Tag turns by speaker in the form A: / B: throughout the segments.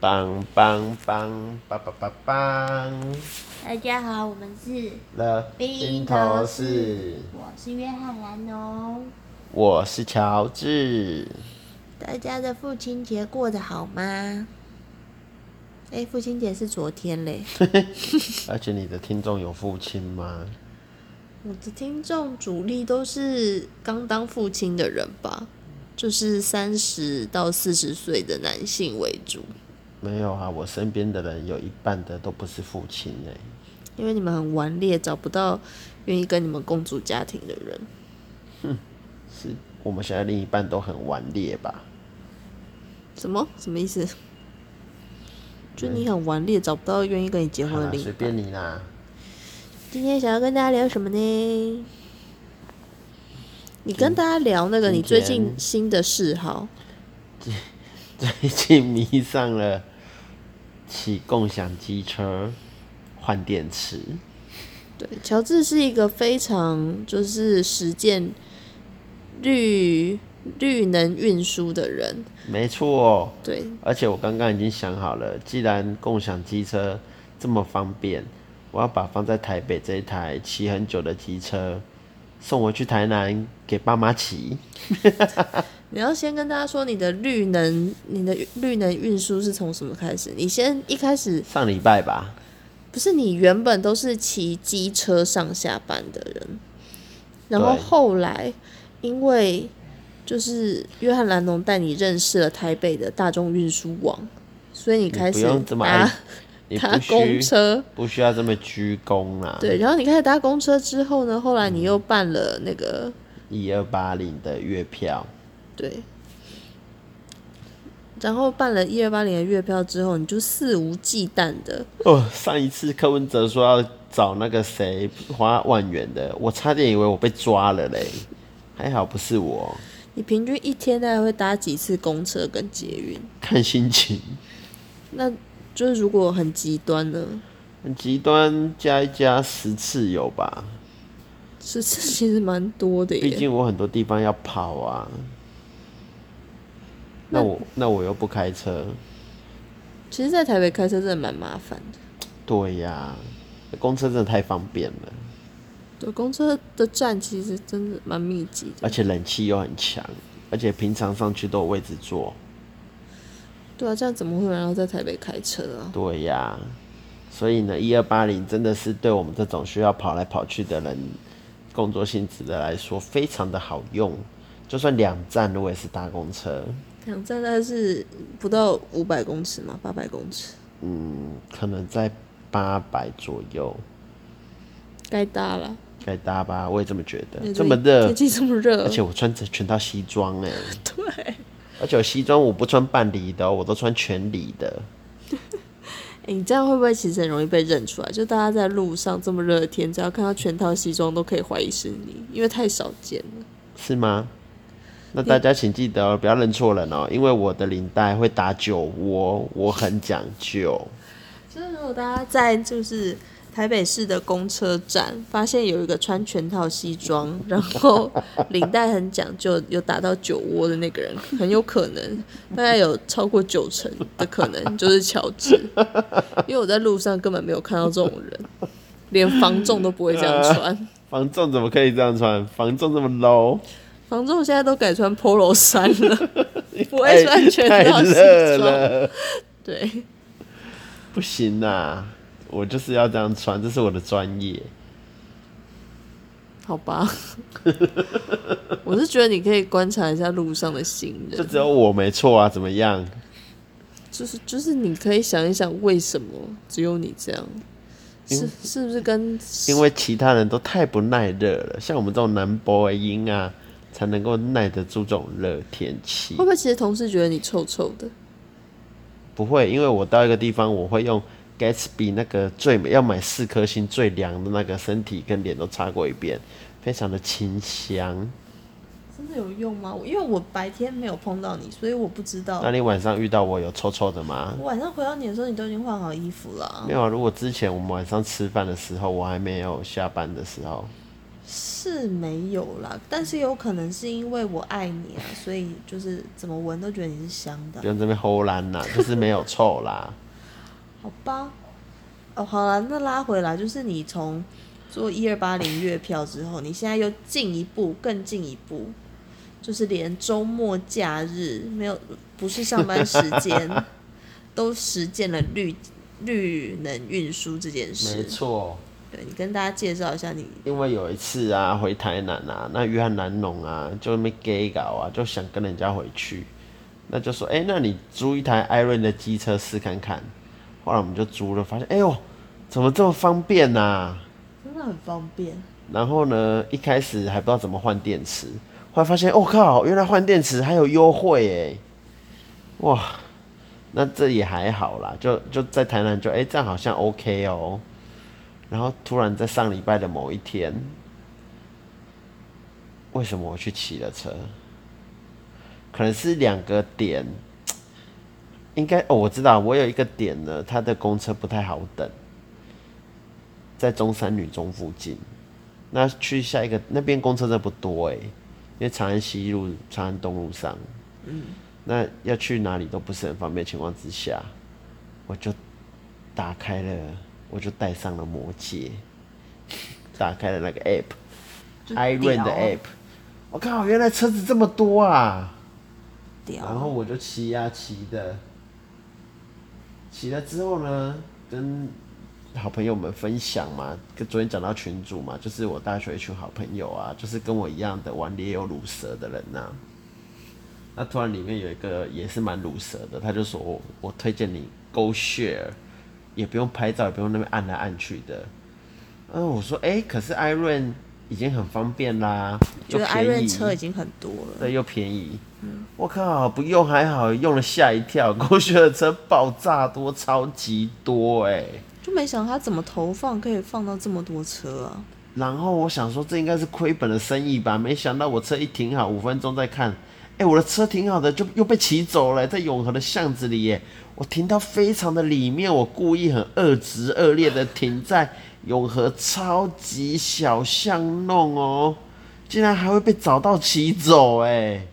A: 梆梆梆梆梆梆梆
B: 大家好，我们是，
A: 了，
B: 冰
A: 冰
B: 头
A: 头
B: 士
A: 士，
B: 我是约翰兰农。
A: 我是乔治。
B: 大家的父亲节过得好吗？哎、父亲节是昨天嘞。
A: 而且你的听众有父亲吗？
B: 我的听众主力都是刚当父亲的人吧，就是三十到四十岁的男性为主，
A: 没有啊，我身边的人有一半的都不是父亲哎、
B: 因为你们很顽劣，找不到愿意跟你们共组家庭的人。
A: 是我们现在另一半都很顽劣吧？
B: 什么？什么意思？就你很顽劣，找不到愿意跟你结婚
A: 好
B: 的
A: 啦，
B: 另一
A: 随
B: 半。
A: 便你啦。
B: 今天想要跟大家聊什么呢？你跟大家聊那个你最
A: 今
B: 近
A: 天
B: 新的嗜好，
A: 最近迷上了骑共享机车，换电池。
B: 对，乔治是一个非常就是实践绿绿能运输的人，
A: 没错，哦
B: 对，
A: 而且我刚刚已经想好了，既然共享机车这么方便，我要把放在台北这一台骑很久的机车送回去台南给爸妈骑。
B: 你要先跟大家说你的绿能，你的绿能运输是从什么开始？你先一开始
A: 上礼拜吧，
B: 不是你原本都是骑机车上下班的人，然后
A: 对
B: 后来因为就是约翰兰农带你认识了台北的大众运输网，所以你开
A: 你不
B: 始
A: 用这么爱
B: 搭，
A: 你
B: 啊搭
A: 不需
B: 公车，
A: 不需要这么鞠躬啊啦。
B: 对，然后你开始搭公车之后呢，后来你又办了那个、
A: 一二八零的月票，
B: 对。然后办了一二八零的月票之后，你就肆无忌惮的，
A: 哦，上一次柯文哲说要找那个谁花万元的，我差点以为我被抓了嘞，还好不是我，
B: 你平均一天大概会搭几次公车跟捷运？
A: 看心情。
B: 那就是如果很极端呢，
A: 很极端加一加十次有吧，
B: 是 是其实蛮多的
A: 毕
B: 耶。
A: 竟我很多地方要跑啊。那我那我又不开车，
B: 其实，在台北开车真的蛮麻烦的，
A: 对呀、公车真的太方便了，
B: 对，公车的站其实真的蛮密集
A: 而
B: 的。
A: 且冷气又很强，而且平常上去都有位置坐，
B: 对啊，这样怎么会有人要在台北开车啊？
A: 对呀、所以呢，一二八零真的是对我们这种需要跑来跑去的人，工作性质的来说非常的好用。就算两站，我也是搭公车，
B: 两站大概是不到五百公尺嘛，八百公尺，
A: 可能在八百左右。
B: 该搭了。
A: 该搭吧，我也这么觉得。
B: 对
A: 啊这么热
B: 天，气这么热
A: 而，且我穿着全套西装哎、
B: 对。
A: 而且我西装我不穿半里的哦、我都穿全里的。
B: 欸你这样会不会其实很容易被认出来？就大家在路上这么热的天，只要看到全套西装，都可以怀疑是你，因为太少见了。
A: 是吗？那大家请记得哦，不要认错人哦，因为我的领带会打酒窝，我很讲究。
B: 就是如果大家在就是台北市的公车站发现有一个穿全套西装，然后领带很讲究，有打到酒窝的那个人，很有可能大概有超过九成的可能就是乔 治，因为我在路上根本没有看到这种人，连防重都不会这样 穿。
A: 防重怎么可以这样穿？防重这么 low，
B: 防重现在都改穿 polo 衫 了，不会穿全
A: 哎太
B: 套西
A: 热
B: 装。
A: 了，
B: 对，
A: 不行啊！我就是要这样穿，这是我的专业。
B: 好吧， 我是觉得你可以观察一下路上的行人
A: 就。只有我没错啊，怎么样？
B: 就是就是，你可以想一想，为什么只有你这样？是是不是跟
A: 因为其他人都太不耐热了，像我们这种南博的音啊，才能够耐得住这种热天气
B: 会。不会其实同事觉得你臭臭的？
A: 不会，因为我到一个地方，我会用 Gatsby 那个最美要买四颗星最凉的那个，身体跟脸都擦过一遍，非常的清香。
B: 真的有用吗？我因为我白天没有碰到你，所以我不知道
A: 那。你晚上遇到我有臭臭的吗？
B: 我晚上回到你的时候，你都已经换好衣服了啊、
A: 没有啊，如果之前我们晚上吃饭的时候，我还没有下班的时候，
B: 是没有啦，但是有可能是因为我爱你啊，所以就是怎么闻都觉得你是香的啊
A: 不，用这边齁烂啦，就是没有臭啦。
B: 好吧？哦，好了，那拉回来，就是你从做一二八零月票之后，你现在又进一步，更进一步，就是连周末假日没有，不是上班时 间，都实践了绿绿能运输这件
A: 没
B: 事。
A: 错，
B: 对你跟大家介绍一下你，
A: 因为有一次啊，回台南啊，那约翰南农啊，就那边 gay 搞啊，就想跟人家回去，那就说，哎、那你租一台艾瑞的机车试看看。后来我们就租了，发现，哎呦，怎么这么方便呐、啊
B: 真的很方便。
A: 然后呢，一开始还不知道怎么换电池，后来发现，我、靠，原来换电池还有优惠哎，哇，那这也还好啦，就就在台南就哎、这样好像 OK 哦。然后突然在上礼拜的某一天，为什么我去骑了车？可能是两个点，应该哦，我知道，我有一个点呢，它的公车不太好等，在中山女中附近。那去下一个那边公车真的不多哎、因为长安西路、长安东路上，嗯，那要去哪里都不是很方便的情况之下，我就打开了，我就戴上了魔戒， 打开了那个 app，
B: 就
A: 艾润的
B: 屌
A: app，我靠，原来车子这么多啊！
B: 屌
A: 然后我就骑呀、骑的，骑了之后呢，跟好朋友们分享嘛，跟昨天讲到群主嘛，就是我大学一群好朋友啊，就是跟我一样的玩猎有乳蛇的人呐、那突然里面有一个也是蛮乳蛇的，他就说我我推荐你 Go Share，也不用拍照，也不用那边按来按去的。嗯，我说哎、可是 i r o n 已经很方便啦，就
B: 觉得艾
A: 便
B: 瑞
A: 宜。
B: 车已经很多了，
A: 对，又便宜。我靠，不用还好，用了吓一跳， 狗血的车爆炸多，超级多哎、
B: 就没想到他怎么投放可以放到这么多车啊！
A: 然后我想说，这应该是亏本的生意吧？没想到我车一停好，五分钟再看，哎、我的车停好的就又被骑走了，在永和的巷子里耶。我停到非常的里面，我故意很恶直恶劣的停在永和超级小巷弄哦，竟然还会被找到骑走哎、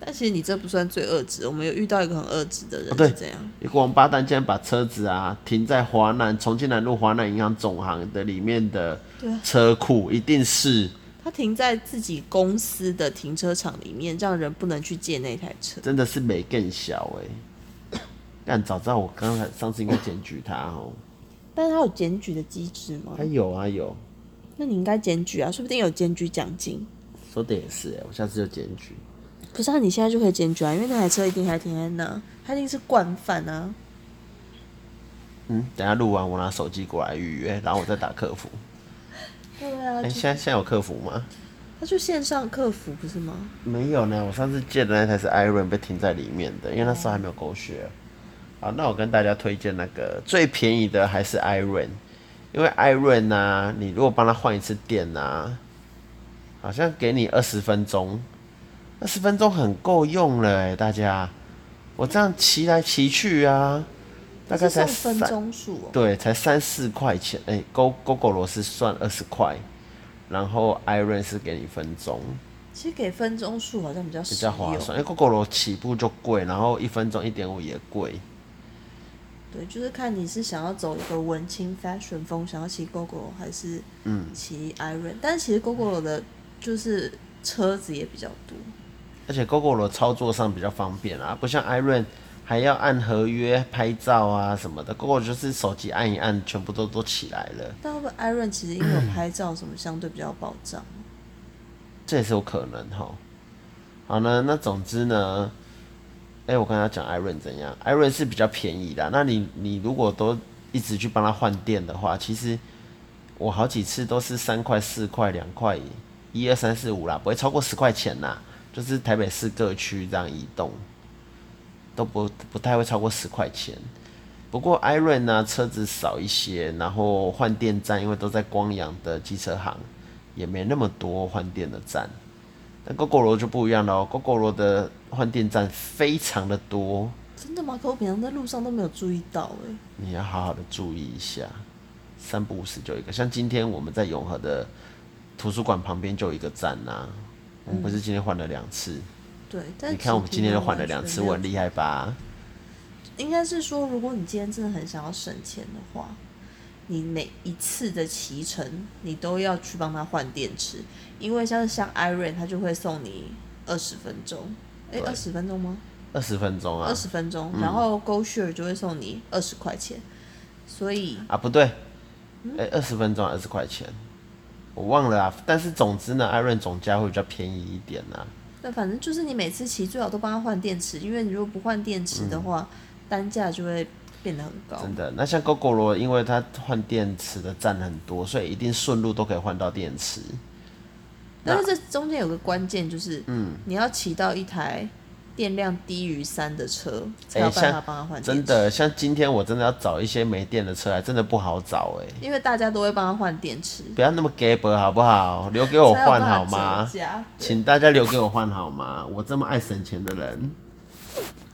B: 但其实你这不算最恶质，我们有遇到一个很恶质的人、
A: 对
B: 是这样，
A: 一个王八蛋竟然把车子啊停在华南重庆南路华南银行总行的里面的
B: 对啊
A: 车库，一定是
B: 他停在自己公司的停车场里面，让人不能去借那台车。
A: 真的是没更小哎、 但早知道我刚才上次应该检举他哦。
B: 但是他有检举的机制吗
A: 他？有啊有，
B: 那你应该检举啊，说不定有检举奖金。
A: 说的也是哎、我下次就检举。
B: 可是啊，你现在就可以检举啊，因为那台车一定还停在那，他一定是惯犯啊。
A: 嗯，等一下录完我拿手机过来预约，然后我再打客服。
B: 对啊，
A: 哎、
B: 就
A: 现在现在有客服吗？
B: 他就线上客服不是吗？
A: 没有呢，我上次借的那台是 Iron 被停在里面的，因为那时候还没有狗血。好，那我跟大家推荐那个最便宜的还是 Iron，因为 Iron 呢、啊，你如果帮他换一次电啊，好像给你二十分钟，二十分钟很够用了哎、大家，我这样骑来骑去啊，大概
B: 是
A: 才
B: 送分
A: 三
B: 钟数哦。
A: 对，才三四块钱，哎、狗狗狗螺丝算二十块，然后 Iron 是给你分钟。
B: 其实给分钟数好像比较
A: 比
B: 实
A: 较划
B: 用。
A: 算，因为 GoGo 罗起步就贵，然后一分钟一点五也贵。
B: 对，就是看你是想要走一个文青 fashion 风，想要骑 GoGo 还是嗯骑 Iron，、但其实 GoGo 的就是车子也比较多，
A: 而且 GoGo 罗操作上比较方便啊，不像 Iron 还要按合约拍照啊什么的，GoGo 就是手机按一按，全部都都起来了，
B: 但会不会 Iron 其实因为有拍照什么相对比较保 障？
A: 这也是有可能哈。好呢，那总之呢，哎、我刚才讲 Iron 怎样，Iron 是比较便宜的，那你你如果都一直去帮他换电的话，其实我好几次都是三块、四块、两块，一二三四五啦，不会超过十块钱啦。就是台北市各区这样移动，都不不太会超过十块钱。不过 Iron 呢、车子少一些，然后换电站因为都在光阳的机车行，也没那么多换电的站。但 GoGo 罗就不一样了哦，GoGo 罗的换电站非常的多，
B: 真的吗？可我平常在路上都没有注意到哎、
A: 你要好好的注意一下，三不五时就有一个。像今天我们在永和的图书馆旁边就有一个站呐、我们不是今天换了两次？
B: 对，但
A: 你看我们今天
B: 就
A: 又换了两次，我很厉害吧？
B: 应该是说，如果你今天真的很想要省钱的话，你每一次的骑乘，你都要去帮他换电池，因为像像 Iron，他就会送你二十分钟，诶，
A: 对
B: 二十分钟吗？
A: 二十分钟啊
B: 二？十分钟，然后 GoShare 就会送你二十块钱，所以
A: 啊，不对，
B: 嗯
A: 哎、二十分钟二十块钱，我忘了啊。但是总之呢，艾润总价会比较便宜一点啊。
B: 那反正就是你每次骑最好都帮他换电池，因为你如果不换电池的话，单价就会变得很高
A: 嗯真。的，那像 GoGo 罗，因为它换电池的站很多，所以一定顺路都可以换到电池。
B: 但是这中间有个关键就是，嗯，你要骑到一台电量低于三的车，才有办法
A: 像
B: 帮他换电池。
A: 哎真的，像今天我真的要找一些没电的车来，真的不好找哎、
B: 因为大家都会帮他换电池，
A: 不要那么 gay 好不好？留给我
B: 才有
A: 换
B: 办
A: 好
B: 法
A: 吗
B: 折？价。
A: 请大家留给我换好吗？我这么爱省钱的人，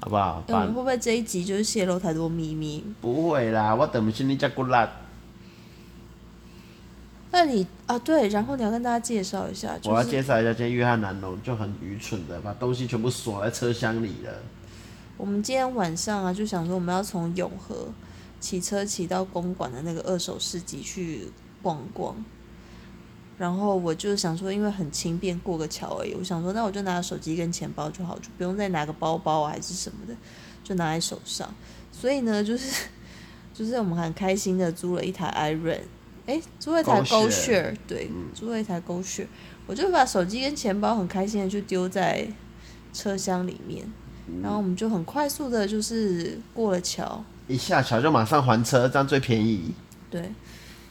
A: 好不好？
B: 哎、我
A: 把
B: 们会不会这一集就是泄露太多秘密？
A: 不会啦，我等不起你加古拉，
B: 那你啊，对，然后你要跟大家介绍一下，
A: 我
B: 就
A: 要
B: 是
A: 介绍一下，今天约翰南龙就很愚蠢的把东西全部锁在车厢里了。
B: 我们今天晚上啊，就想说我们要从永和骑车骑到公馆的那个二手市集去逛逛。然后我就想说，因为很轻便，过个桥而已。我想说，那我就拿手机跟钱包就好，就不用再拿个包包啊还是什么的，就拿在手上。所以呢，就是 就是我们很开心的租了一台 iRent，哎，租了一台
A: Go
B: GoShare，对，租了一台 GoShare。我就把手机跟钱包很开心的就丢在车厢里面，然后我们就很快速的就是过了桥，
A: 一下桥就马上还车，这样最便宜。
B: 对，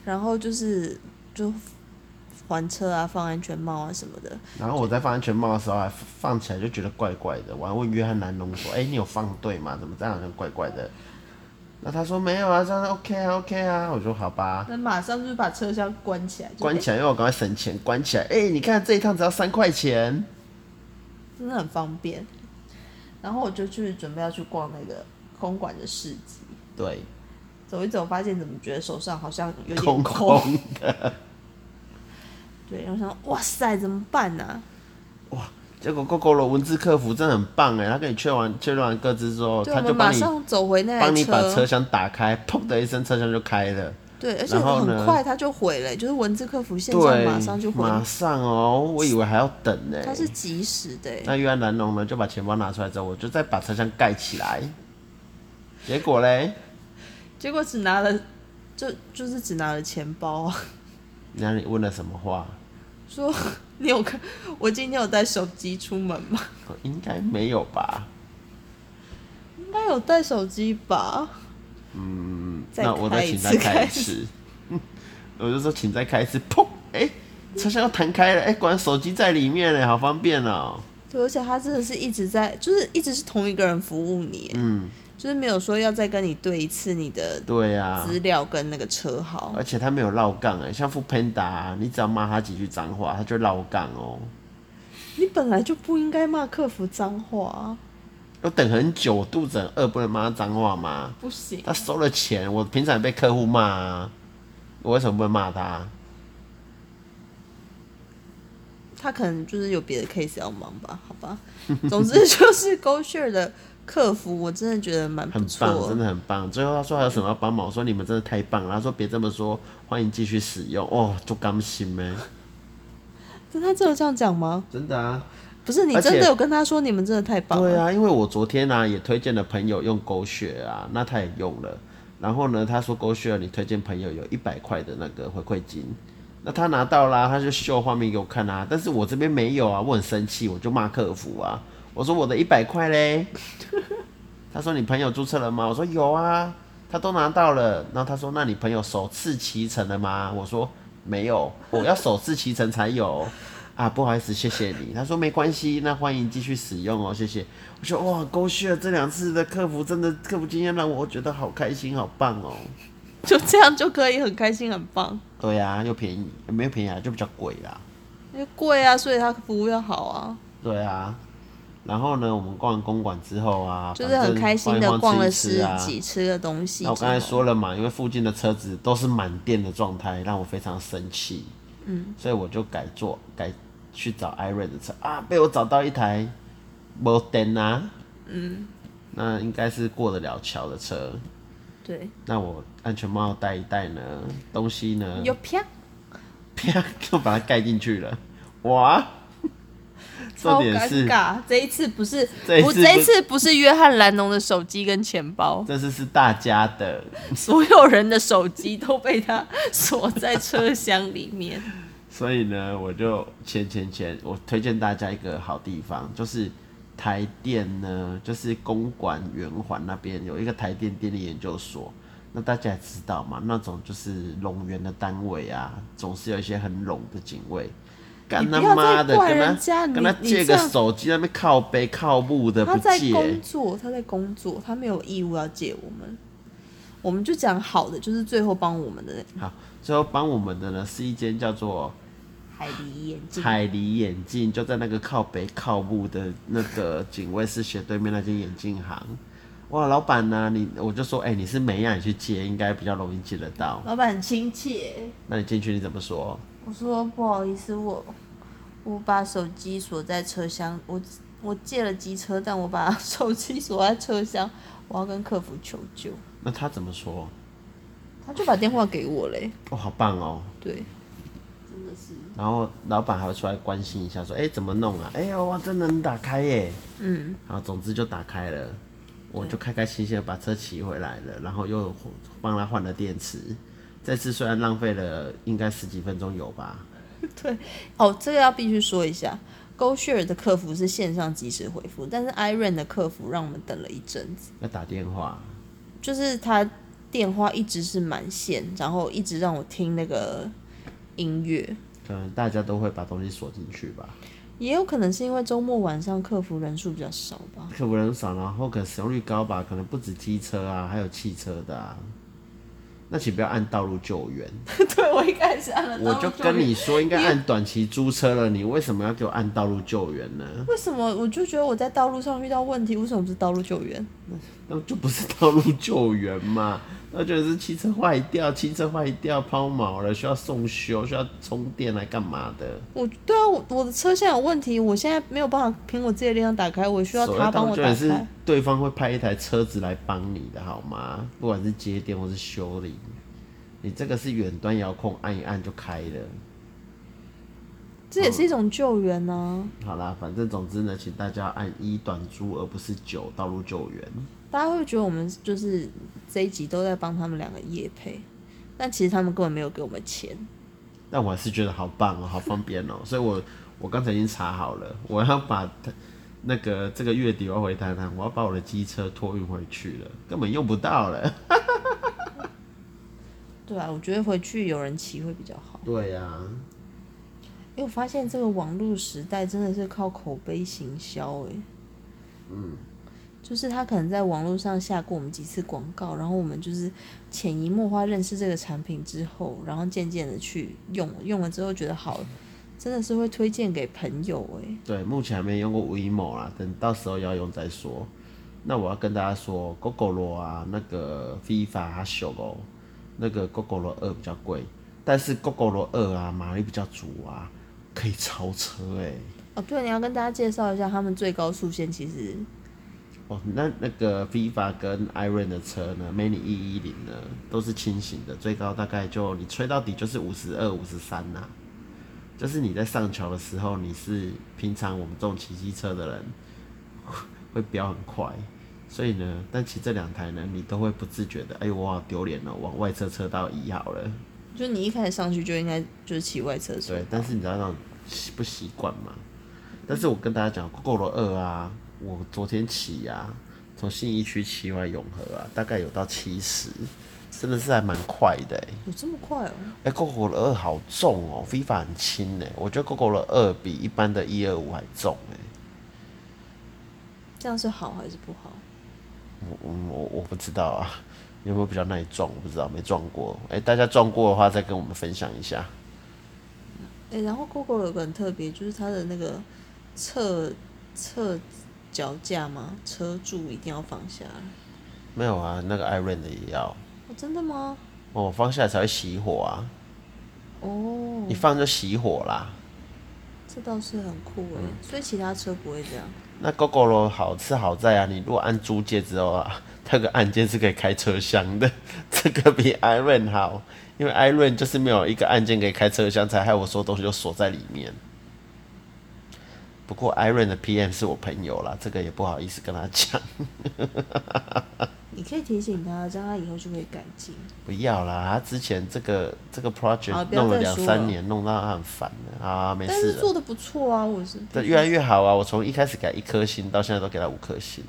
B: 然后就是就还车啊，放安全帽啊什么的，
A: 然后我在放安全帽的时候还放起来，就觉得怪怪的。我还问约翰南龙说：“哎、你有放对吗？怎么这样好像怪怪的？”那他说：“没有啊，这样 OK 啊，OK 啊。”我说：“好吧。
B: 那马上就把车厢关起来，”就
A: 关
B: 哎
A: 起来，因为我赶快省钱，关起来。哎、你看这一趟只要三块钱。
B: 真的很方便。然后我就去准备要去逛那个空馆的市集，
A: 对，
B: 走一走，发现怎么觉得手上好像有点
A: 空空
B: 对，然后想说哇塞怎么办呢、啊？
A: 结果 GoGo 的文字客服真的很棒哎，他跟你确认完确认完各自之后，
B: 对，
A: 哦他
B: 我
A: 就
B: 们马
A: 帮你
B: 上走回那台
A: 帮你把车厢打开，砰的一声，车厢就开了。
B: 对，而且
A: 然后呢
B: 很快它就毁了，就是文字客服现场
A: 对，
B: 马上就毁
A: 马
B: 了，
A: 上哦，我以为还要等呢。
B: 它是及时的欸。
A: 那约翰南龙呢，就把钱包拿出来之后，我就再把车厢盖起来。结果嘞，
B: 结果只拿了，就就是只拿了钱包啊。
A: 那你问了什么话？
B: 说你有看我今天有带手机出门吗？
A: 我哦应该没有吧？
B: 应该有带手机吧。嗯，
A: 那我再请他开一。次。 我就说请再开一次，砰！哎、车厢要弹开了，哎、果然手机在里面嘞，好方便哦、
B: 对，而且他真的是一直在，就是一直是同一个人服务你，
A: 嗯，
B: 就是没有说要再跟你对一次你的
A: 对呀、啊。
B: 资料跟那个车号。
A: 而且他没有绕杠哎，像富 Panda，、啊、你只要骂他几句脏话，他就绕杠哦。
B: 你本来就不应该骂客服脏话啊，
A: 要等很久，我肚子很饿，不能骂他脏话吗？
B: 不行。
A: 他收了钱，我平常也被客户骂啊，我为什么不能骂他？
B: 他可能就是有别的 case 要忙吧，好吧。总之就是 GoShare 的客服，我真的觉得蛮不
A: 很
B: 错
A: 棒，真的很棒。最后他说还有什么要帮忙，我说你们真的太棒了。他说别这么说，欢迎继续使用。哦，就甘心呗，
B: 但他真的有这样讲吗？
A: 真的啊，
B: 不是你
A: 而且
B: 真的有跟他说你们真的太棒
A: 对
B: 了？
A: 啊，因为我昨天呢、啊、也推荐了朋友用狗血啊，那他也用了。然后呢，他说狗血你推荐朋友有一百块的那个回馈金，那他拿到啊啦，他就秀画面给我看啊。但是我这边没有啊，我很生气，我就骂客服啊，我说我的一百块嘞。 他说你朋友注册了吗？我说有啊，他都拿到了。然后他说那你朋友首次骑乘了吗？我说没有，我要首次骑乘才有。啊，不好意思，谢谢你。他说没关系，那欢迎继续使用哦，谢谢。我说哇，狗血这两次的客服真的客服经验让我觉得好开心，好棒哦。
B: 就这样就可以很开心，很棒。
A: 对啊，又便宜，也没有便宜啊，就比较贵啦。
B: 因为贵啊，所以他服务要好啊，
A: 对啊，然后呢，我们逛完公馆之后啊，
B: 就是很开心的逛
A: 逛
B: 了
A: 市
B: 市
A: 啊。
B: 集，吃了东西之
A: 那
B: 后。
A: 我刚才说了嘛，因为附近的车子都是满电的状态，让我非常生气。嗯，所以我就改做改去找艾瑞的车啊，被我找到一台摩登啊，嗯，那应该是过得了桥的车。
B: 对，
A: 那我安全帽戴一戴呢，东西呢，
B: 有啪，
A: 啪 就把它盖进去了，哇！重
B: 超
A: 点
B: 尴
A: 是，
B: 尬。这一次不是，
A: 这一
B: 不，
A: 次
B: 这一
A: 不
B: 次不是约翰·兰农的手机跟钱包，
A: 这次是大家的，
B: 所有人的手机都被他锁在车厢里 面。
A: 所以呢，我就前前前，我推荐大家一个好地方，就是台电呢，就是公馆圆环那边有一个台电电力研究所。那大家也知道嘛，那种就是拢员的单位啊，总是有一些很拢的警卫。干
B: 你不
A: 他
B: 要
A: 妈
B: 再
A: 的，
B: 怪
A: 跟
B: 人家
A: 他
B: 你
A: 跟他
B: 你
A: 借
B: 这
A: 个
B: 样
A: 手机，那边靠背靠步的
B: 他
A: 不
B: 在
A: 借。
B: 工作，他在工作，他没有义务要借我们。我们就讲好的，就是最后帮我们的
A: 好，最后帮我们的呢是一间叫做
B: 海狸眼镜。
A: 海狸眼镜，就在哎那个靠北靠木的那个警卫室斜对面那间眼镜行。哇，老板呢、你我就说，哎、你是美亚，你去接应该比较容易接得到。
B: 老板很亲切，
A: 那你进去你怎么说？
B: 我说不好意思，我我把手机锁在车厢，我我借了机车，但我把手机锁在车厢，我要跟客服求救，
A: 那他怎么说？
B: 他就把电话给我嘞。
A: 哦，好棒哦！
B: 对，真的是，
A: 然后老板还会出来关心一下，说，哎、怎么弄啊？哎、呀，哇，真能打开耶！
B: 嗯，
A: 然后总之就打开了，我就开开心心的把车骑回来了，然后又帮他换了电池。这次虽然浪费了应该十几分钟有吧，
B: 哦，这个要必须说一下。GoShare 的客服是线上及时回复，但是 Iron 的客服让我们等了一阵子。
A: 要打电话，
B: 就是他电话一直是满线，然后一直让我听那个音乐，
A: 可能大家都会把东西锁进去吧。
B: 也有可能是因为周末晚上客服人数比较少吧。
A: 客服人少，然后可能使用率高吧，可能不止机车啊，还有汽车的啊。那请不要按道路救援，
B: 对，我一开始按了
A: 我就跟你说应该
B: 因为
A: 按短期租车了，你为什么要给我按道路救援啊呢？
B: 为什么我就觉得我在道路上遇到问题，为什么不是道路救援？
A: 那就不是道路救援嘛， 那就是汽车坏掉，汽车坏掉抛锚了，需要送修，需要充电来干嘛的？
B: 我对啊，我我的车现在有问题，我现在没有办法凭我自己的力量打开，我需要
A: 所谓
B: 他
A: 道
B: 帮
A: 路
B: 我
A: 救
B: 打
A: 援是
B: 开。
A: 对方会派一台车子来帮你的好吗？不管是接电或是修理，你这个是远端遥控，按一按就开了。
B: 这也是一种救援啊呢、
A: 好啦，反正总之呢，请大家按一短租，而不是九道路救援。
B: 大家会觉得我们就是这一集都在帮他们两个夜配，但其实他们根本没有给我们钱。
A: 但我还是觉得好棒哦、好方便哦、所以我我刚才已经查好了，我要把它那个这个月底我要回台南，我要把我的机车托运回去了，根本用不到了。
B: 对啊，我觉得回去有人骑会比较好。
A: 对呀、
B: 啊因为我发现这个网络时代真的是靠口碑行销，哎，嗯，就是他可能在网络上下过我们几次广告，然后我们就是潜移默化认识这个产品之后，然后渐渐的去用，用了之后觉得好，真的是会推荐给朋友，哎，
A: 对，目前还没用过 WeMo 啦，等到时候要用再说。那我要跟大家说，GoGoRo 啊，那个 FIFA 它秀哦，那个 GoGoRo 二比较贵，但是 GoGoRo 二啊，马力比较足啊，可以超车哎、
B: 哦，对，你要跟大家介绍一下他们最高速限其实
A: 哦，那那个 Viva 跟 Iron 的车呢，Mini E 一一零呢，都是轻型的，最高大概就你吹到底就是五十二、五十三呐。就是你在上桥的时候，你是平常我们这种骑机车的人 会飙很快，所以呢，但骑这两台呢，你都会不自觉的，哎呦，我好丢脸哦，往外侧车道移好了。
B: 就你一开始上去就应该就是骑外侧车
A: 对，，但是你知道那种习不习惯嘛？但是我跟大家讲，GoGo 二啊，我昨天骑啊，从信义区骑完永和啊，大概有到七十，真的是还蛮快的、欸。
B: 有这么快哦？
A: 哎、g o g o 二好重哦、v i v a 很轻哎、我觉得 GoGo 二比一般的一二五还重哎、
B: 这样是好还是不好？
A: 我我我我不知道啊，有没有比较耐撞？我不知道，没撞过。哎、大家撞过的话再跟我们分享一下。
B: 哎、然后 GoGo 有个很特别，就是它的那个侧侧脚架嘛，车柱一定要放下来。
A: 没有啊，那个 Iron 的也要，
B: 哦，真的吗？
A: 哦，放下来才会熄火啊。
B: 哦
A: 一，放就熄火啦。
B: 这倒是很酷哎、
A: 嗯
B: 所以其他车不会这样。
A: 那 GoGo 罗好吃好在啊，你如果按租借之后啊，它有个按键是可以开车厢的，这个 比 Iron 好，因为 Iron 就是没有一个按键可以开车厢，才害我所有东西都锁在里面。不过 Iron 的 PM 是我朋友啦，这个也不好意思跟他讲，
B: 你可以提醒他，这样他以后就会改进。
A: 不要啦，他之前这个这个 project
B: 好不要
A: 弄了
B: 再
A: 两
B: 说
A: 三
B: 了
A: 年，弄到他很烦的啊，没
B: 但
A: 事
B: 是
A: 的，
B: 做的不错啊，我是。
A: 对，越来越好啊，我从一开始给他一颗星，到现在都给他五颗星。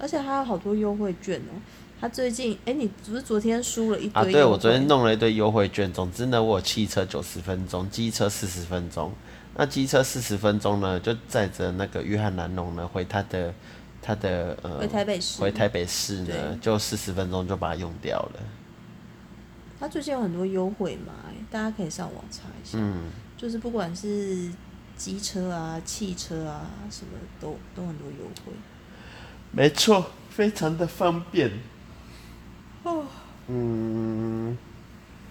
B: 而且他有好多优惠券哦。他最近，哎、你不是昨天输了一堆
A: 啊，对，
B: 优惠
A: 我昨天弄了一堆优惠券。总之呢，我有汽车九十分钟，机车四十分钟。那机车四十分钟呢，就载着那个约翰南农呢回他的他的呃
B: 回台北市，
A: 回台北市呢，
B: 对
A: 就四十分钟就把它用掉了。
B: 他最近有很多优惠嘛、哎大家可以上网查一下。嗯，就是不管是机车啊、汽车啊，什么都都很多优惠。
A: 没错，非常的方便。
B: 哦，
A: 嗯，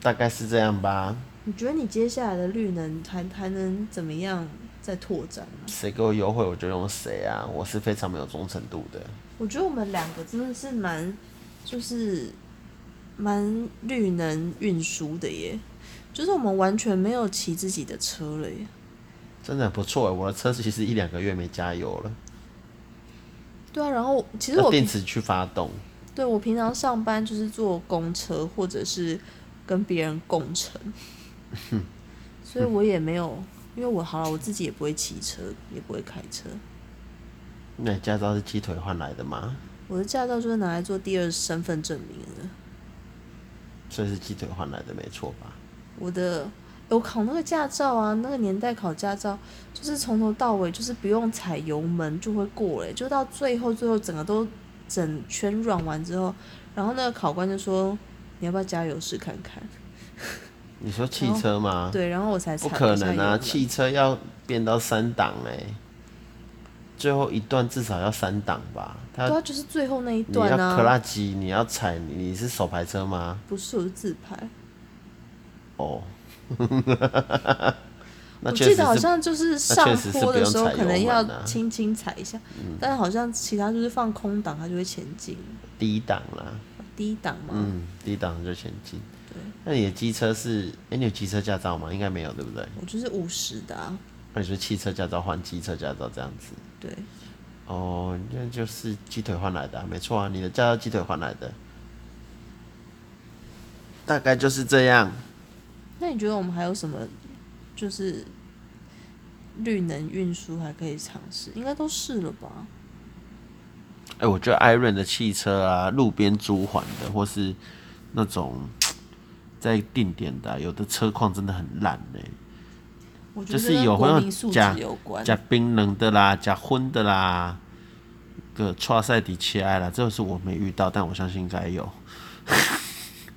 A: 大概是这样吧。
B: 你觉得你接下来的绿能还还能怎么样再拓展呢？
A: 谁给我优惠我就用谁啊，我是非常没有忠诚度的。
B: 我觉得我们两个真的是蛮，就是蛮绿能运输的耶，就是我们完全没有骑自己的车了耶。
A: 真的很不错欸，我的车其实一两个月没加油了，
B: 对啊，然后其实
A: 要
B: 我
A: 定
B: 平
A: 时去发动。
B: 对我平常上班就是坐公车或者是跟别人共 乘，所以我也没有，因为我好了，我自己也不会骑车，也不会开车，
A: 那你驾照是鸡腿换来的吗？
B: 我的驾照就是拿来做第二身份证明的。
A: 所以是鸡腿换来的，没错吧？
B: 我的我考那个驾照啊，那个年代考驾照就是从头到尾就是不用踩油门就会过嘞，就到最后最后整个都整圈软完之后，然后那个考官就说你要不要加油试看看？
A: 你说汽车吗？
B: 哦对，然后我才
A: 啊
B: 踩
A: 不
B: 一下
A: 可能
B: 油
A: 啊！
B: 门
A: 汽车要变到三档哎、最后一段至少要三档吧？它
B: 对啊，就是最后那一
A: 你
B: 段
A: 要克
B: 啊，
A: 拉机，你要踩，你是手排车吗？
B: 不是我是自拍，
A: 哦， 那
B: 我
A: 确
B: 记
A: 实
B: 得好
A: 是
B: 像就是
A: 那
B: 上
A: 确实是
B: 坡
A: 不
B: 的
A: 用
B: 时候
A: 踩
B: 可能
A: 油
B: 要
A: 门啊嗯
B: 轻轻踩一下，但好像其他就是放空档它就会前进，
A: 低档啦，
B: 低档嘛，
A: 嗯，低档就前进
B: 对。
A: 那你的机车是？哎、你有机车驾照吗？应该没有，对不对？
B: 我就是五十的啊，
A: 那你说汽车驾照换机车驾照这样子？
B: 对。
A: 哦，那就是鸡腿换来的、啊，没错啊，你的驾照鸡腿换来的，大概就是这样。
B: 那你觉得我们还有什么就是绿能运输还可以尝试？应该都试了吧？
A: 哎、我觉得艾润的汽车啊，路边租还的，或是那种在定点的啊、有的车况真的很烂呢、
B: 我觉
A: 就
B: 得
A: 是
B: 跟
A: 有
B: 国
A: 会
B: 民素质
A: 加
B: 有关。
A: 加冰冷的啦，加荤的啦，个川赛迪切埃啦，这个是我没遇到，但我相信应该有。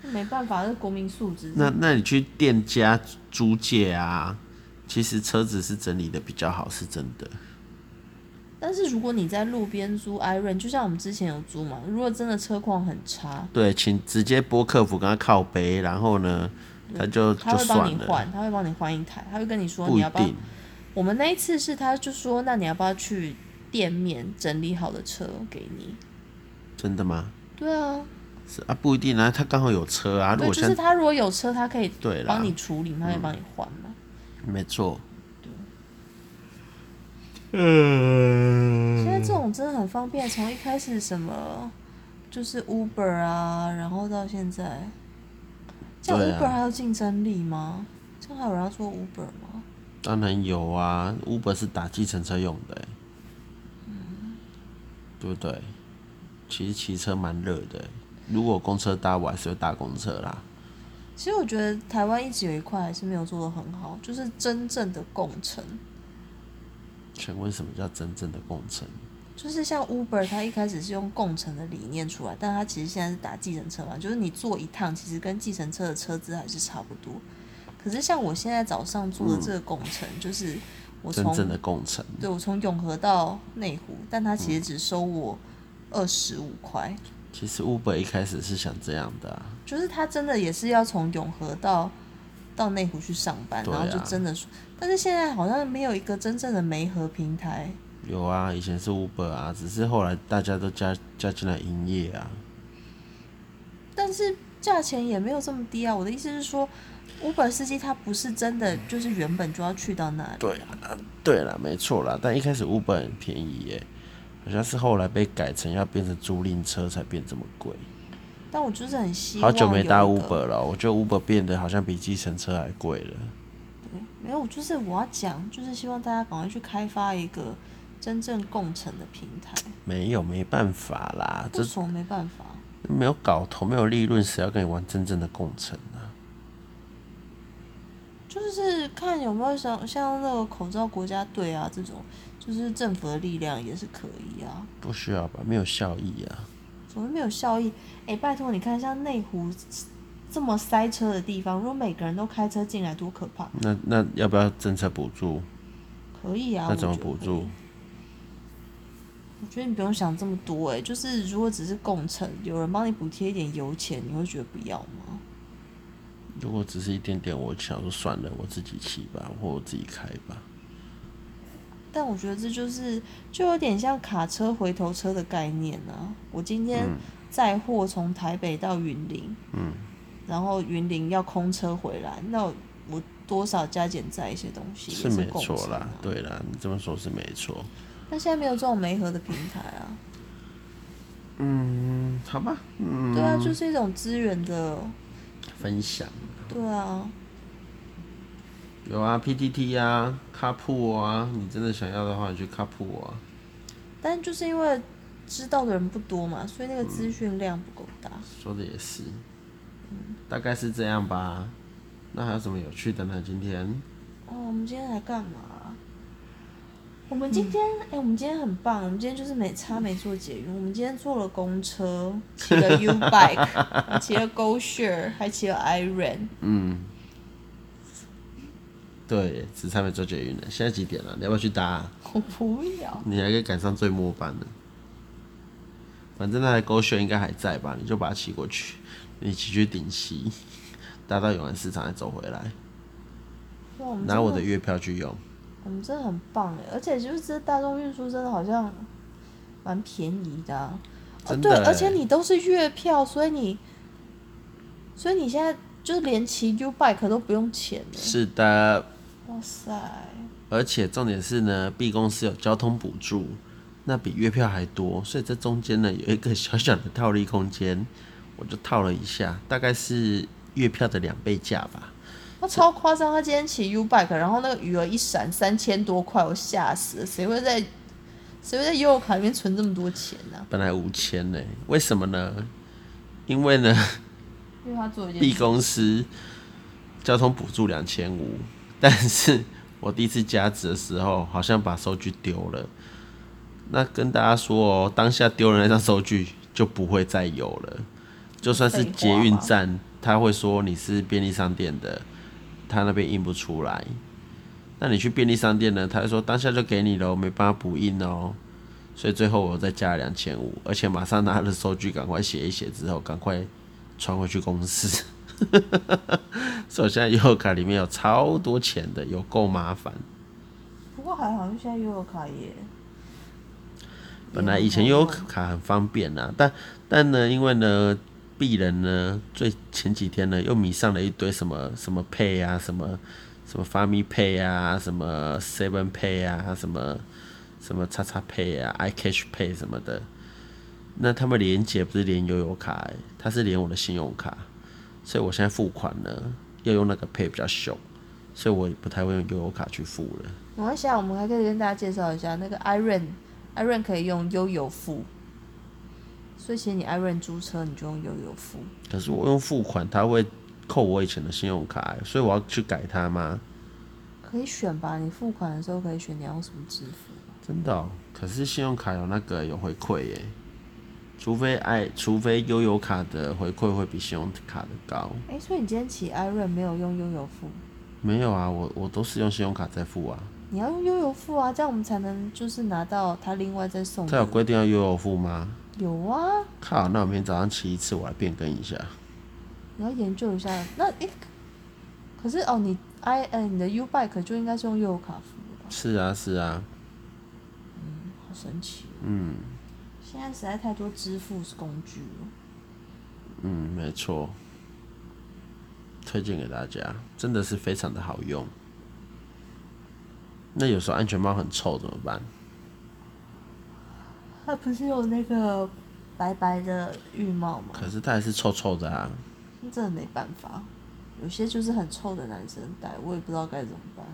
B: 没办法，是国民素质。
A: 那那你去店家租借啊，其实车子是整理的比较好，是真的。
B: 但是如果你在路边租 Iron，就像我们之前有租嘛，如果真的车况很差，
A: 对，请直接拨客服跟他靠背，然后呢，他就
B: 嗯他
A: 就
B: 会帮
A: 算
B: 你
A: 了，
B: 换，他会帮你换一台，他会跟你说
A: 不
B: 你
A: 一
B: 要不要
A: 定。
B: 我们那一次是，他就说，那你要不要去店面整理好的车给你？
A: 真的吗？
B: 对啊，
A: 是啊，不一定啊，他刚好有车啊。如
B: 对，
A: 果
B: 就
A: 现
B: 是
A: 在、
B: 他如果有车，他可以
A: 对啦嗯
B: 帮你处理，他会帮你换嘛。
A: 没错，
B: 现在这种真的很方便，从一开始什么就是 Uber 啊，然后到现在，这样
A: 对啊
B: Uber 还有竞争力吗？这样还有人要做 Uber 吗？
A: 当然有啊，Uber 是打计程车用的、欸，
B: 嗯
A: 对不对？其实骑车蛮热的欸、如果公车搭，我还是会搭公车啦。
B: 其实我觉得台湾一直有一块还是没有做的很好，就是真正的共乘，
A: 请问什么叫真正的共乘？
B: 就是像 Uber，它一开始是用共乘的理念出来，但它其实现在是打计程车嘛，就是你坐一趟，其实跟计程车的车资还是差不多。可是像我现在早上坐的这个共乘，就是我
A: 嗯真
B: 从
A: 正的共乘，
B: 对我从永和到内湖，但他
A: 嗯
B: 其实只收我二十五块，
A: 其实 Uber 一开始是想这样的、啊。
B: 就是他真的也是要从永和到到内湖去上班，
A: 对
B: 然后就
A: 啊
B: 真的说，但是现在好像没有一个真正的媒合平台。
A: 有啊，以前是 Uber 啊，只是后来大家都加加进来营业啊。
B: 但是价钱也没有这么低啊。我的意思是说，Uber 司机他不是真的就是原本就要去到那里，
A: 对啊，对了，没错啦，但一开始 Uber 很便宜耶、好像是后来被改成要变成租赁车才变这么贵。
B: 但我就是很希
A: 好
B: 望
A: 久没
B: 有一
A: 搭
B: 个
A: Uber 了，我觉得 Uber 变得好像比计程车还贵了。
B: 没有，就是我要讲，就是希望大家赶快去开发一个真正共乘的平台。
A: 没有，没办法啦，啊这
B: 为什么没办法？
A: 没有搞头，没有利润，谁要跟你玩真正的共乘啊？
B: 就是看有没有像像那个口罩国家队啊这种，就是政府的力量也是可以啊。
A: 不需要吧，没有效益啊。
B: 怎么没有效益？哎、拜托，你看像内湖这么塞车的地方，如果每个人都开车进来，多可怕！
A: 那那要不要政策补助？
B: 可以啊，
A: 那怎么
B: 我觉得
A: 补
B: 可以
A: 助？
B: 我觉得你不用想这么多、哎，就是如果只是共乘，有人帮你补贴一点油钱，你会觉得不要吗？
A: 如果只是一点点，我想说算了，我自己骑吧，或我自己开吧。
B: 但我觉得这就是就有点像卡车回头车的概念啊。我今天
A: 嗯
B: 载货从台北到云林，嗯，然后云林要空车回来，那我我多少加减载一些东西
A: 是
B: 也
A: 没
B: 共乘
A: 错啦
B: 啊，。
A: 对啦，你这么说是没错。
B: 但现在没有这种媒合的平台啊，
A: 嗯，好吧，嗯，
B: 对啊，就是一种资源的，
A: 分享
B: 对啊，
A: 有啊，PTT 啊，卡铺啊，你真的想要的话，你去卡铺啊。
B: 但就是因为知道的人不多嘛，所以那个资讯量不够大。
A: 说的也是，大概是这样吧。那还有什么有趣的呢？今天
B: 哦，我们今天来干嘛啊？我们今天，
A: 嗯
B: 哎、我们今天很棒，我们今天就是没差没坐捷运，我们今天坐了公车，骑了 U Bike，还骑了 Go Share，还骑了 Iron。
A: 对，只差没做捷运了。现在几点了？你要不要去搭啊、
B: 我不要，
A: 你还可以赶上最末班呢。反正那台狗血应该还在吧？你就把它骑过去，你骑去顶溪，搭到永安市场再走回来，
B: 哇，我们
A: 拿我
B: 真
A: 的
B: 的，哦
A: 月票去用。
B: 我们真的很棒哎，而且就是这大众运输真的好像蛮便宜的啊、哦，
A: 真
B: 对
A: 的，
B: 而
A: 欸
B: 且你都是月票，所以你，所以你现在就是连骑 U Bike 都不用钱呢。
A: 是的，
B: 哇塞，
A: 而且重点是呢，B 公司有交通补助，那比月票还多，所以这中间呢有一个小小的套利空间，我就套了一下，大概是月票的两倍价吧。
B: 他超夸张！他今天骑 U bike，然后那个余额一闪三千多块，我吓死了！谁会在谁会在悠游卡里面存这么多钱呢、
A: 本来五千呢，为什么呢？因为呢。
B: 因为他做一
A: B
B: 件事，
A: 公司交通补助两千五，但是我第一次加值的时候，好像把收据丢了。那跟大家说哦，当下丢了那张收据就不会再有了。就算是捷运站，他会说你是便利商店的，他那边印不出来。那你去便利商店呢，他就说当下就给你了，没办法补印哦。所以最后我再加了两千五，而且马上拿了收据，赶快写一写之后，赶快传回去公司。所以我现在悠游卡里面有超多钱的，有够麻烦。
B: 不过还好，因为现在悠游卡也
A: 本来以前悠游卡很方便啦，但但呢，因为呢，鄙人呢，最前几天呢又迷上了一堆什么什么 Pay 啊，什么什么 Family Pay 啊，什么 Seven Pay 啊，什么什么叉叉 Pay 啊，iCash Pay 什么的。那他们连接不是连悠游卡、欸，它是连我的信用卡，所以我现在付款呢要用那个 Pay 比较凶，所以我也不太会用悠游卡去付了。
B: 没关系啊，我们还可以跟大家介绍一下那个 Iron Iron 可以用悠游付，所以其实你 Iron 租车你就用悠游付。
A: 可是我用付款，他会扣我以前的信用卡欸，所以我要去改它吗？
B: 可以选吧，你付款的时候可以选你要用什么支付。
A: 真的哦、可是信用卡有那个有回馈耶，除非哎，除非悠游卡的回馈会比信用卡的高。
B: 哎、所以你今天骑 Iron 没有用悠游付？
A: 没有啊，我我都是用信用卡在付啊。
B: 你要用悠游付啊，这样我们才能就是拿到他另外再送
A: 他有
B: 的。
A: 规定要悠游付吗？
B: 有啊，
A: 靠，那我明天早上骑一次，我来变更一下。
B: 你要研究一下。那诶、可是哦，你 i 呃你的 U Bike 就应该是用悠游卡付的吧？
A: 是啊，是啊，
B: 好神奇、嗯，现在实在太多支付是工具了。
A: 嗯，没错，推荐给大家，真的是非常的好用。那有时候安全帽很臭怎么办？
B: 它不是有那个白白的浴帽吗？
A: 可是它还是臭臭的啊。
B: 真的没办法，有些就是很臭的男生戴，我也不知道该怎么办。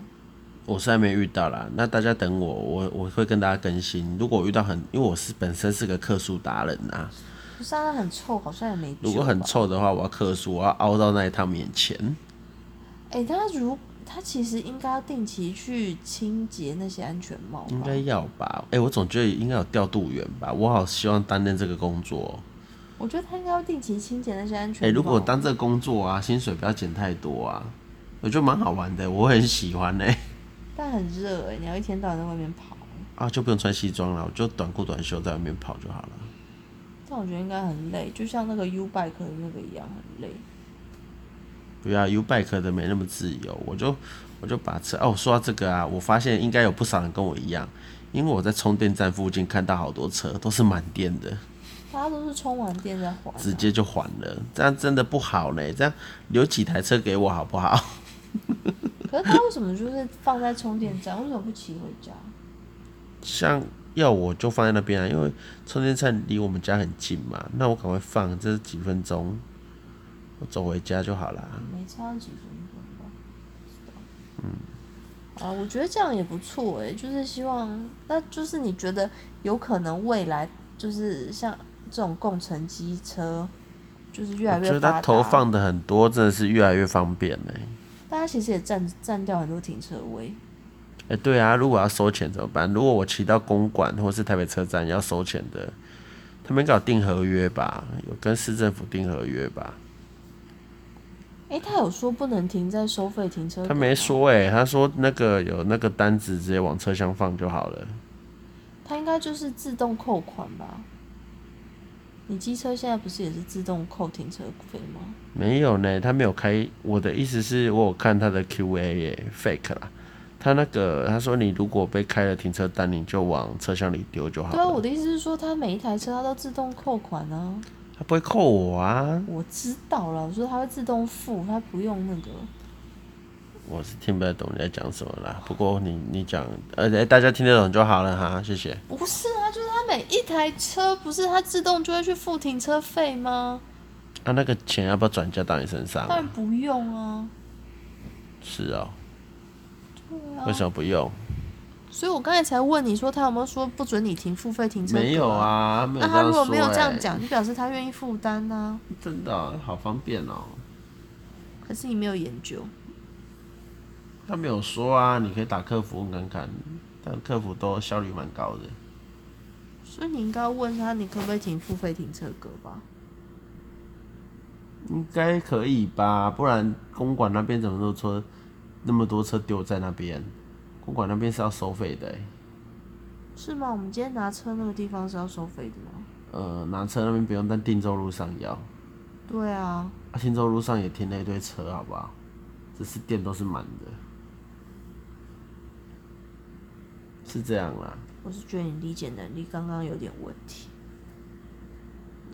A: 我是还没遇到啦，那大家等我，我我会跟大家更新。如果我遇到很，因为我是本身是个克数达人啊，
B: 不是、啊，那很臭，好像也没救吧。
A: 如果很臭的话，我要克数，我要凹到那一趟面前。
B: 哎、他如他其实应该要定期去清洁那些安全帽
A: 应
B: 吧
A: 该？要吧？哎、我总觉得应该有调度员吧，我好希望担任这个工作哦。
B: 我觉得他应该要定期清洁那些安全
A: 哎、
B: 帽。
A: 如果我当这个工作啊，薪水不要减太多啊，我觉得蛮好玩的，我很喜欢呢、
B: 但很热哎、你要一天到晚在外面跑，
A: 啊，就不用穿西装了，我就短裤短袖在外面跑就好了。
B: 但我觉得应该很累，就像那个 U Bike 的那个一样很累。
A: 不要 U bike 的没那么自由，我就我就把车哦，说到这个啊，我发现应该有不少人跟我一样，因为我在充电站附近看到好多车都是满电的，
B: 大家都是充完电再还、啊，
A: 直接就还了，这样真的不好呢，这样留几台车给我好不好？
B: 可是他为什么就是放在充电站？为什么不骑回家？
A: 像要我就放在那边啊，因为充电站离我们家很近嘛，那我赶快放，这是几分钟，我走回家就好啦。
B: 没差几分钟吧。嗯。啊，我觉得这样也不错哎、就是希望，那就是你觉得有可能未来就是像这种共乘机车，就是越来
A: 我觉
B: 越
A: 得
B: 发
A: 它
B: 达。
A: 投放的很多，真的是越来越方便呢。
B: 大家其实也占占掉很多停车位。
A: 哎、对啊，如果要收钱怎么办？如果我骑到公馆或是台北车站要收钱的，他们应该有订合约吧？有跟市政府订合约吧？
B: 哎、他有说不能停在收费停车啊格
A: 他
B: 吗
A: 没，说哎、他说那个有那个单子直接往车厢放就好了。
B: 他应该就是自动扣款吧？你机车现在不是也是自动扣停车费吗？
A: 没有呢，他没有开。我的意思是我有看他的 Q&A 耶，fake 啦。他那个他说你如果被开了停车单，你就往车厢里丢就好
B: 对啊，我
A: 了。
B: 的意思是说，他每一台车他都自动扣款啊。
A: 他不会扣我啊，
B: 我知道了，我说它会自动付，它不用那个。
A: 我是听不太懂你在讲什么啦。不过你你讲，呃、哎大家听得懂就好了哈，谢谢。
B: 不是啊，就是它每一台车不是它自动就会去付停车费吗？
A: 啊，那个钱要不要转嫁到你身上
B: 当
A: 啊？
B: 然不用啊。
A: 是哦，
B: 对
A: 为
B: 啊，
A: 什么不用？
B: 所以我刚才才问你说他有没有说不准你停付费停车、
A: 没有。啊，没有
B: 那
A: 这
B: 他
A: 样
B: 如
A: 说、欸。
B: 果没有这样，讲，就表示他愿意负担呐。
A: 真的哦、好方便哦。
B: 可是你没有研究，
A: 他没有说啊，你可以打客服问看看，但客服都效率蛮高的。
B: 所以你应该要问他你可不可以停付费停车格吧？
A: 应该可以吧？不然公馆那边怎么都车那么多车丢在那边？公馆那边是要收费的欸、
B: 是吗？我们今天拿车那个地方是要收费的吗？
A: 呃，拿车那边不用，但定州路上要。
B: 对啊，
A: 啊，定州路上也停了一堆车，好不好？只是店都是满的，是这样啦。
B: 我是觉得你理解能力刚刚有点问题。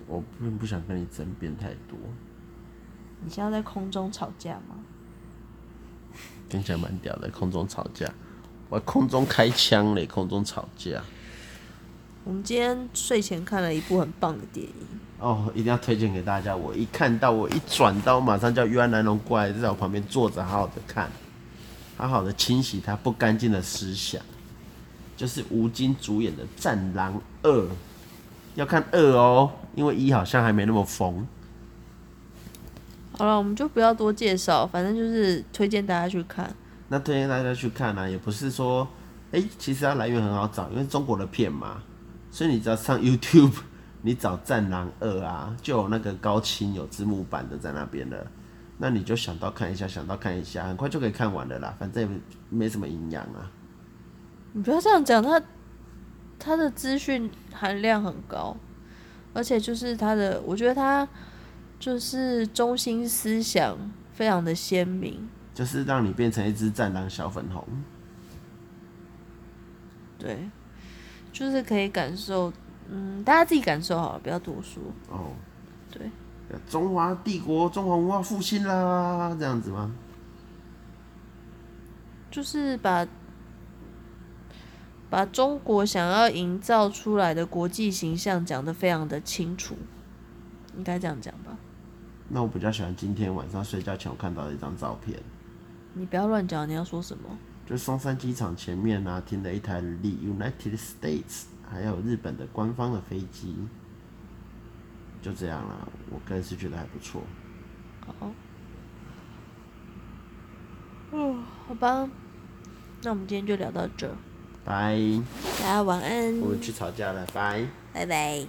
A: 我并不想跟你争辩太多，
B: 你现在在空中吵架吗？
A: 听起来蛮屌的，空中吵架，我还空中开枪嘞，空中吵架。
B: 我们今天睡前看了一部很棒的电影，
A: 哦，一定要推荐给大家。我一看到，我一转到，马上叫约翰南龙过来，就在我旁边坐着，好好的看，好好的清洗他不干净的思想。就是吴京主演的《战狼二》，要看二哦，因为一好像还没那么疯。
B: 好了，我们就不要多介绍，反正就是推荐大家去看。
A: 那推荐大家去看啊，也不是说，哎、其实它来源很好找，因为中国的片嘛，所以你只要上 YouTube，你找《战狼二》啊，就有那个高清有字幕版的在那边了。那你就想到看一下，想到看一下，很快就可以看完了啦，反正也没什么营养啊。
B: 你不要这样讲，它它的资讯含量很高，而且就是它的，我觉得它就是中心思想非常的鲜明，
A: 就是让你变成一只战狼小粉红。
B: 对，就是可以感受，嗯，大家自己感受好了，不要多说。
A: 哦，
B: 对，
A: 中华帝国、中华文化复兴啦，这样子吗？
B: 就是把把中国想要营造出来的国际形象讲得非常的清楚，应该这样讲吧？
A: 那我比较喜欢今天晚上睡觉前我看到的一张照片，
B: 你不要乱讲，你要说什么？
A: 就松山机场前面啊，停了一台 The United States，还有日本的官方的飞机，就这样啦。我个人是觉得还不错。
B: 好，嗯，好吧，那我们今天就聊到这儿，
A: 拜，
B: 大家晚安
A: 我，们去吵架了，拜。
B: 拜拜。